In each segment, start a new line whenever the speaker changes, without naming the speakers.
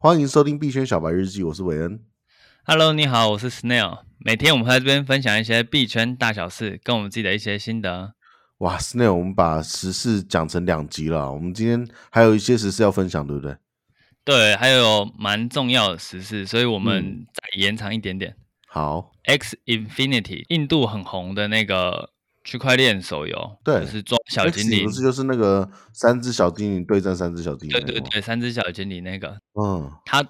欢迎收听币圈小白日记，我是韦恩。
Hello，你好，我是 Snail。每天我们会在这边分享一些币圈大小事，跟我们自己的一些心得。
哇，Snail，我们把时事讲成两集了，啊我们今天还有一些时事要分享，对不对？
对，还有蛮重要的时事，所以我们
嗯
再延长一点点。
好，
X Infinity，印度很红的那个区块链手游，
对
就是抓小
X
精灵
不，是就是那个三只小精灵对战三只小精灵
对
那个
对
吗？
对，三只小精灵那个，
嗯，
它的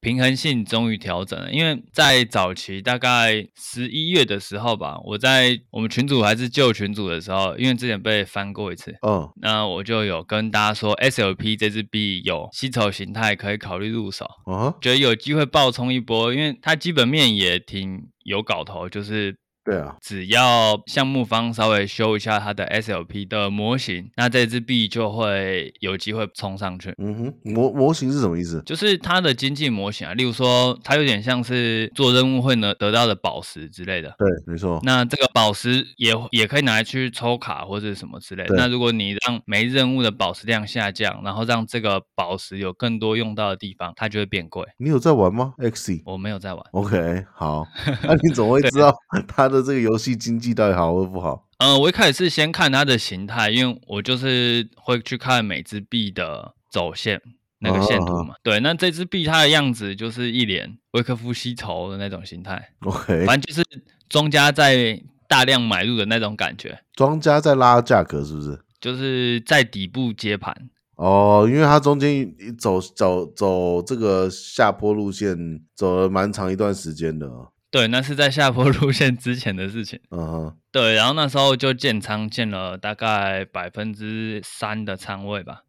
平衡性终于调整了，因为在早期大概十一月的时候吧，我在我们群主还是旧群主的时候，因为之前被翻过一次，
嗯
那我就有跟大家说，SLP 这支币有吸筹形态，可以考虑入手，
嗯哼，
觉得有机会爆冲一波，因为它基本面也挺有搞头，就是。
对啊，
只要项目方稍微修一下它的 SLP 的模型，那这支币就会有机会冲上去。
嗯哼，模模型是什么意思？
就是它的经济模型啊，例如说，它有点像是做任务会呢得到的宝石之类的。
对，没错，
那这个宝石也也可以拿来去抽卡或者什么之类的。
对
那如果你让每一任务的宝石量下降，然后让这个宝石有更多用到的地方，它就会变贵。
你有在玩吗？X
我没有在玩，
OK，好， 那你总会知道他的这个游戏经济到底好或不好。
呃，我一开始是先看它的形态，因为我就是会去看每只币的走线那个线图嘛。对，那这只币它的样子就是一脸维克夫吸筹的那种形态，
OK，
反正就是庄家在大量买入的那种感觉，
庄家在拉价格是不是？
就是在底部接盘。
哦，因为它中间一走走走这个下坡路线，走了蛮长一段时间的。哦
对，那是在下坡路线之前的事情。
嗯哼，
对，然后那时候就建仓建了大概百分之三的仓位吧，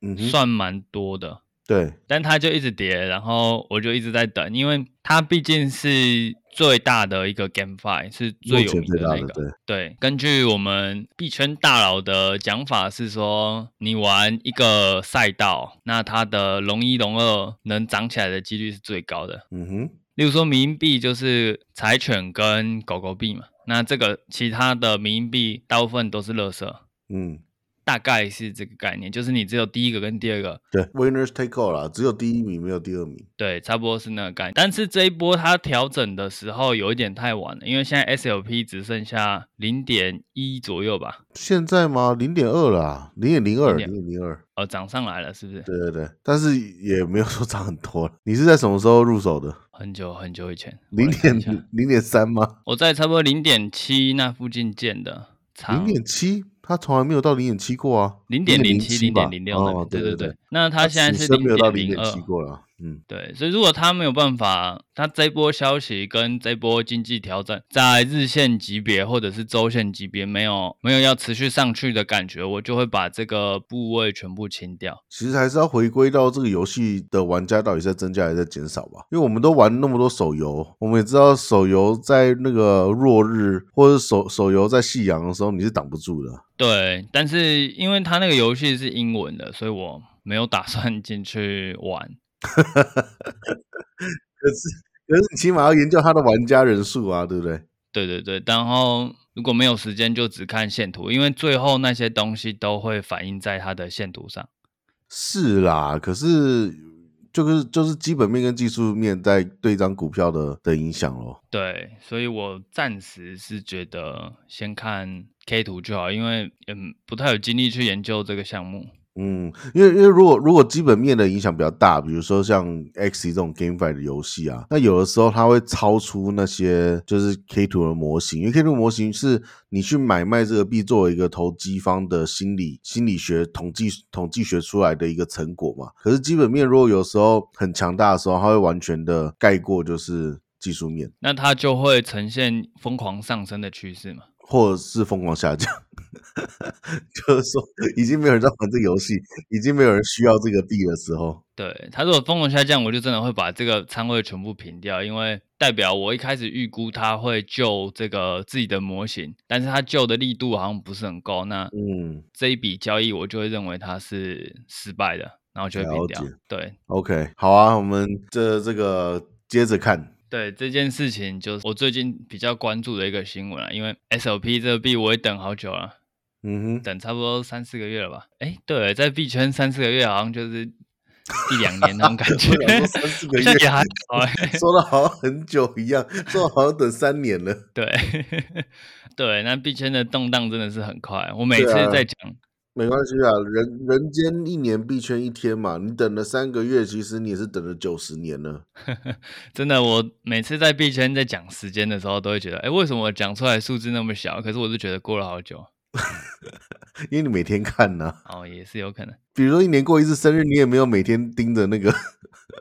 嗯哼，
算蛮多的。
对，
但它就一直跌，然后我就一直在等，因为它毕竟是最大的一个 GameFi，是
目
最有
前
名
最大
那
的
个。
对，
对，根据我们币圈大佬的讲法是说，你玩一个赛道，那它的龙一、龙二能涨起来的几率是最高的。
嗯哼，
例如说，民营币就是柴犬跟狗狗币嘛，那这个其他的民营币大部分都是垃圾，
嗯，
大概是这个概念，就是你只有第一个跟第二个，
对，winners take all 啦，只有第一名没有第二名。
对，差不多是那个概念。但是这一波它调整的时候有一点太晚了，因为现在 SLP 只剩下零点一左右吧，
现在吗？零点二啦，零点零二，零
0.02
点零二，
呃，涨上来了，是不是？
对对对，但是也没有 说涨很多。你是在什么时候入手的？
很久很久以前，我
零
来看一下
点零点三吗？
我在差不多零点七那附近建的
零
仓。
点七，他从来没有到零点七过啊，
零点零七、零
吧
点零六那边，
哦，对
对
对，，
那它现在
此
是
生没有到零
零
点
二
七，过了，嗯，
对，所以如果他没有办法，他这波消息跟这波经济调整在日线级别或者是周线级别没有没有要持续上去的感觉，我就会把这个部位全部清掉。
其实还是要回归到这个游戏的玩家到底是在增加还是在减少吧，因为我们都玩那么多手游，我们也知道手游在那个落日或者手手游在夕阳的时候你是挡不住的，
对，但是因为他那个游戏是英文的，所以我没有打算进去玩。
可是可是你起码要研究他的玩家人数啊，对不对？
对对对，然后如果没有时间就只看线图，因为最后那些东西都会反映在它的线图上。
是啦，可是就是就是基本面跟技术面在对一张股票的的影响咯。
对，所以我暂时是觉得先看 K 图就好，因为嗯不太有精力去研究这个项目。
嗯，因为因为如果如果基本面的影响比较大，比如说像 X 这种 GameFi 的游戏啊，那有的时候它会超出那些就是 K 图的模型，因为 K 图模型是你去买卖这个币作为一个投机方的心理心理学统计统计学出来的一个成果嘛。可是基本面如果有时候很强大的时候，它会完全的盖过就是技术面，
那它就会呈现疯狂上升的趋势嘛？
或者是疯狂下降， 就是说已经没有人在玩这个游戏，已经没有人需要这个币的时候。
对，它如果疯狂下降，我就真的会把这个仓位全部平掉，因为代表我一开始预估它会救这个自己的模型，但是它救的力度好像不是很够，那
嗯。
这一笔交易我就会认为它是失败的，然后就会
了
平掉
解。
对，
OK，好啊，我们这这个接着看。
对这件事情，就是我最近比较关注的一个新闻啊，因为 SLP 这个币我也等好久了，
嗯哼，
等差不多三四个月了吧？哎，对，在币圈三四个月好像就是一两年那种感觉
我想说，三四个
好
月
像也还好哎、
说的好像很久一样，说好像等三年了。
对 对，那币圈的动荡真的是很快，我每
对
次
啊
在讲，
没关系啊，人人间一年币圈一天嘛，你等了三个月，其实你也是等了九十年了。
真的，我每次在币圈在讲时间的时候，都会觉得，哎，为什么我讲出来数字那么小？可是我就觉得过了好久，
因为你每天看呐、
哦，也是有可能。
比如说一年过一次生日，你也没有每天盯着那个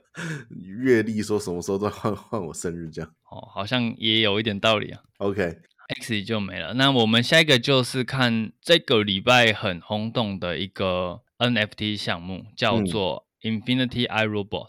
月历，说什么时候再换换我生日这样。
哦，好像也有一点道理啊。
OK，
X 就没了。那我们下一个就是看这个礼拜很轰动的一个 NFT 项目，叫
嗯
做 Infinity iRobot，、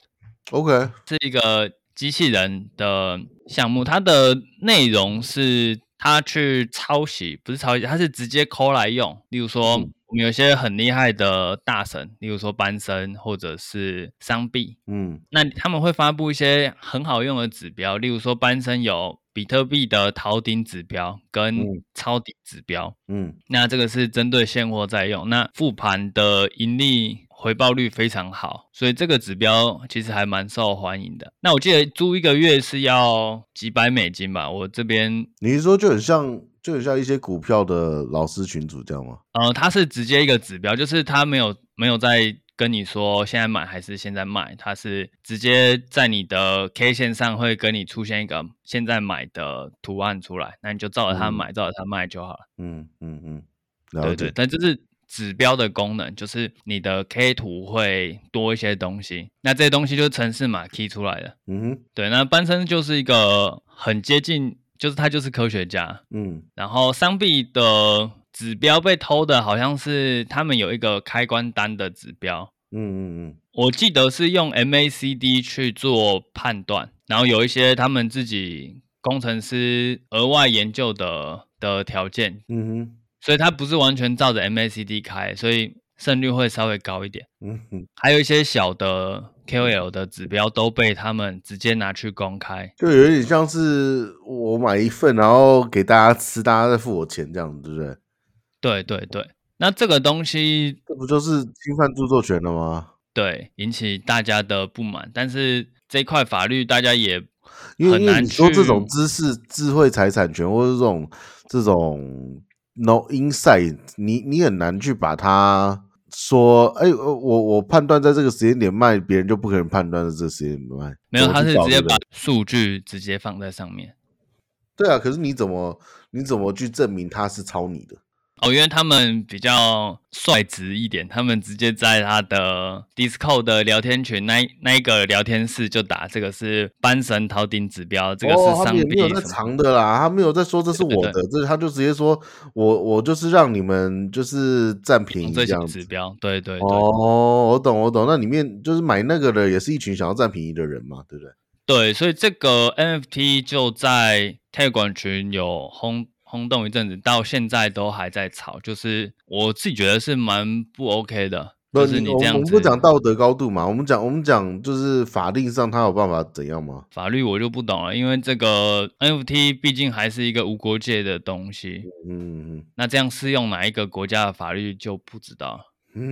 OK，
是一个机器人的项目。它的内容是它去抄袭，不是抄袭，它是直接抠来用。例如说，
嗯
我们有些很厉害的大神，例如说班森或者是桑碧，
嗯
那他们会发布一些很好用的指标，例如说班森有比特币的逃顶指标跟
嗯
抄底指标，
嗯
那这个是针对现货在用。那复盘的盈利回报率非常好，所以这个指标其实还蛮受欢迎的。那我记得租一个月是要几百美金吧，我这边
你是说就很像，就很像一些股票的老师群组这样吗？
呃，它是直接一个指标，就是它没有没有在跟你说现在买还是现在卖，它是直接在你的 K 线上会跟你出现一个现在买的图案出来，那你就照着它
嗯
买，照着它卖就好了。
嗯嗯嗯，
对
了
对，
解。
但这是指标的功能，就是你的 K 图会多一些东西，那这些东西就是城市码 key 出来的。
嗯哼，
对，那班森就是一个很接近，就是他就是科学家，
嗯
然后商币的指标被偷的，好像是他们有一个开关单的指标，
嗯嗯
我记得是用 MACD 去做判断，然后有一些他们自己工程师额外研究的的条件，
嗯嗯哼，
所以它不是完全照着 MACD 开，所以胜率会稍微高一点。
嗯哼，
还有一些小的 KOL 的指标都被他们直接拿去公开，
就有点像是我买一份，然后给大家吃，大家再付我钱这样，对不对？
对对对，那这个东西
这不就是侵犯著作权了吗？
对，引起大家的不满。但是这块法律大家也
因为
很
因为
难
你说这种
去
知识、智慧财产权或者这种这种 no insight，你你很难去把它说，哎、呃我我判断在这个时间点卖，别人就不可能判断在这个时间点卖。
没有，
怎么
他
去
是
找
直接
这个
把数据直接放在上面。
对啊，可是你怎么你怎么去证明他是抄你的？
哦，因为他们比较率直一点，他们直接在他的 Discord 的聊天群那一那一个聊天室就打这个是班神逃顶指标，这个
哦，
是
他们
商
也没
币
有
什
在
么。
藏的啦，他没有在说这是
对对
我的，
对
这他就直接说我我就是让你们就是占便
用
宜
这
这
些
样子
指。标，对对对、
哦，我懂我懂，那里面就是买那个的也是一群想要占便宜的人嘛，对不对？
对，所以这个 NFT 就在泰管群有轰轰动一阵子，到现在都还在炒，就是我自己觉得是蛮不 OK 的，
不，
就是
你
你
我们我
这样
们
子
不讲道德高度嘛，我们讲我们讲就是法令上他有办法怎样吗？
法律我就不懂了，因为这个 NFT 毕竟还是一个无国界的东西，
嗯
那这样适用哪一个国家的法律就不知道了。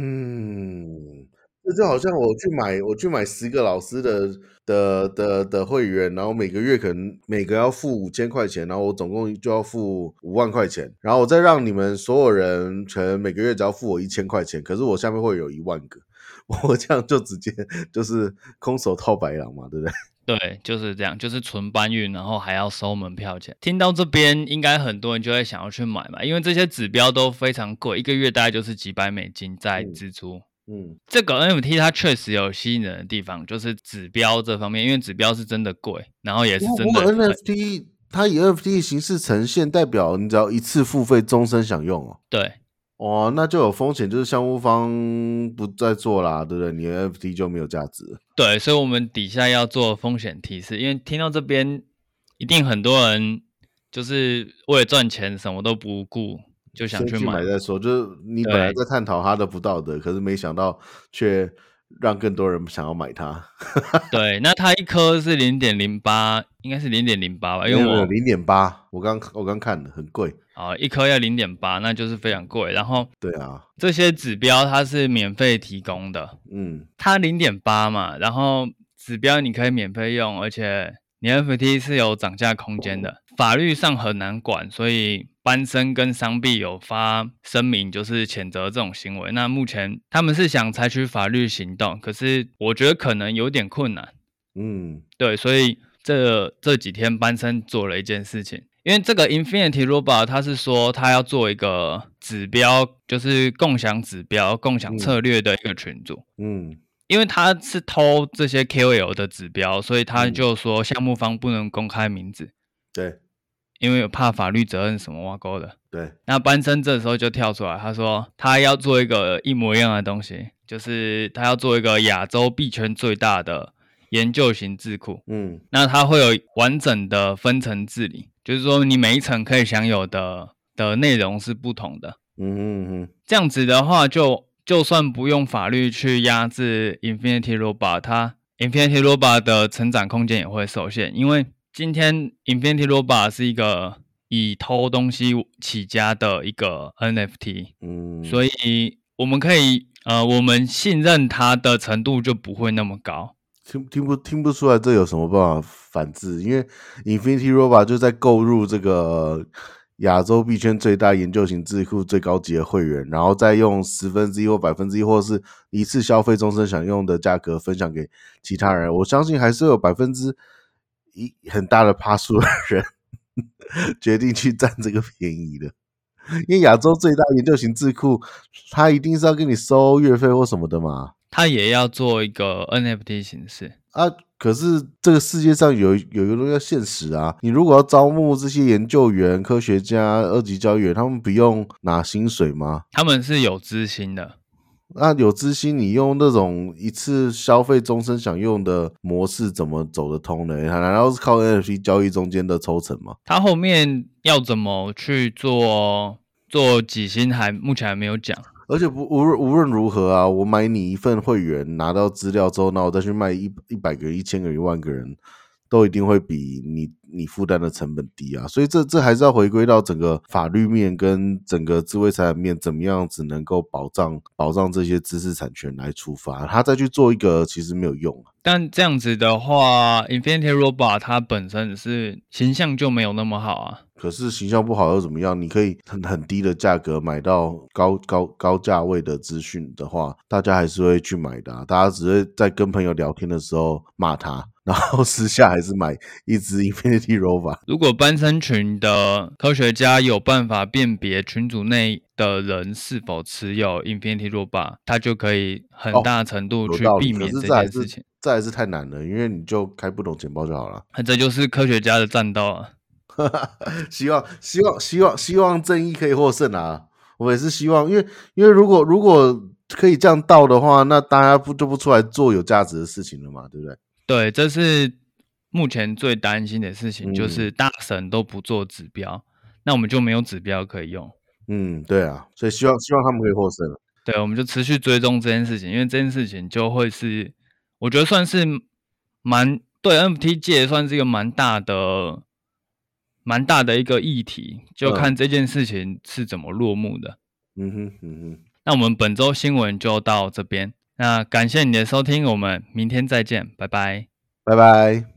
嗯，这就好像我去买我去买十个老师的的的的会员，然后每个月可能每个要付五千块钱，然后我总共就要付五万块钱，然后我再让你们所有人可能每个月只要付我一千块钱，可是我下面会有一万个。 我这样就直接就是空手套白狼嘛，对不对？
对，就是这样，就是纯搬运，然后还要收门票钱。听到这边，应该很多人就会想要去买嘛，因为这些指标都非常贵，一个月大概就是几百美金在
嗯
支出。
嗯
这个 NFT 它确实有吸引人的地方，就是指标这方面，因为指标是真的贵，然后也是
不
真
过
的
NFT 它以 NFT 形式呈现，代表你只要一次付费，终身享用哦。
对
哦，那就有风险，就是项目方不再做啦，对不对？你的 NFT 就没有价值了。
对，所以我们底下要做风险提示，因为听到这边，一定很多人就是为了赚钱什么都不顾，就想
先
去
去
买
买。再说，就是你本来
对
在探讨它的不道德，可是没想到却让更多人想要买它。
对，那它一颗是零点零八，应该是零点零八吧，因为啊我
零点八，我刚我刚看了，很贵。
啊一颗要零点八，那就是非常贵。然后
对啊，
这些指标它是免费提供的，
嗯，
它零点八嘛，然后指标你可以免费用，而且你 FT 是有涨价空间的，法律上很难管，所以班生跟商币有发声明，就是谴责这种行为。那目前他们是想采取法律行动，可是我觉得可能有点困难。
嗯，
对，所以这这几天班森做了一件事情，因为这个 Infinity Robot 它是说它要做一个指标，就是共享指标、共享策略的一个群组。
嗯，
因为他是偷这些 KOL 的指标，所以他
嗯
就说项目方不能公开名字，
对
因为有怕法律责任什么挖沟的。
对，
那班森这时候就跳出来，他说他要做一个一模一样的东西，就是他要做一个亚洲币圈最大的研究型智库。
嗯
那它会有完整的分层治理，就是说你每一层可以享有的的内容是不同的。
嗯嗯嗯，
这样子的话就，就算不用法律去压制 Infinity Robot，它 Infinity Robot 的成长空间也会受限，因为今天 Infinity Robot 是一个以偷东西起家的一个 NFT，
嗯，
所以我们可以呃，我们信任它的程度就不会那么高。
听听不听不出来这有什么办法反制？因为 Infinity Robot 就在购入这个亚洲币圈最大研究型智库最高级的会员，然后再用十分之一或百分之一，或是一次消费终身享用的价格分享给其他人。我相信还是有百分之一很大的趴数的人 决定去占这个便宜的。因为亚洲最大研究型智库，它一定是要跟你收月费或什么的嘛。
它也要做一个 NFT 形式。
啊，可是这个世界上有有一个东西叫现实啊！你如果要招募这些研究员、科学家、二级教员，他们不用拿薪水吗？
他们是有资金的，
那有资薪，你用那种一次消费终身享用的模式，怎么走得通呢？难道是靠 NFT 交易中间的抽成吗？
它后面要怎么去做做几星还目前还没有讲。
而且不无论无论如何啊，我买你一份会员，拿到资料之后，那我再去卖一一百个人、一千个人、一万个人，都一定会比你你负担的成本低啊。所以这这还是要回归到整个法律面跟整个智慧财产面，怎么样子能够保障保障这些知识产权来出发，他再去做一个其实没有用啊。
但这样子的话，Infinity Robot 它本身是形象就没有那么好啊。
可是形象不好又怎么样？你可以很很低的价格买到高高高价位的资讯的话，大家还是会去买的、啊。大家只会在跟朋友聊天的时候骂他，然后私下还是买一只 Infinity Rover。
如果班森群的科学家有办法辨别群组内的人是否持有 Infinity Robot，他就可以很
哦
大程度
有
去
道
避
理，可
免
是
这
这还
件事
是
情。
这还是太难了，因为你就开不懂钱包就好了。
那这就是科学家的战斗啊。
希望希望希望希望正义可以获胜啊！我也是希望，因为因为如果如果可以这样到的话，那大家不就不出来做有价值的事情了嘛，对不对？
对，这是目前最担心的事情，就
嗯
是大神都不做指标，那我们就没有指标可以用。
嗯，对啊，所以希望希望他们可以获胜。啊
对，我们就持续追踪这件事情，因为这件事情就会是，我觉得算是蛮对 NFT 界算是一个蛮大的、蛮大的一个议题，就
嗯
看这件事情是怎么落幕的。
嗯哼，嗯
那我们本周新闻就到这边，那感谢你的收听，我们明天再见，拜拜。
哼，拜拜。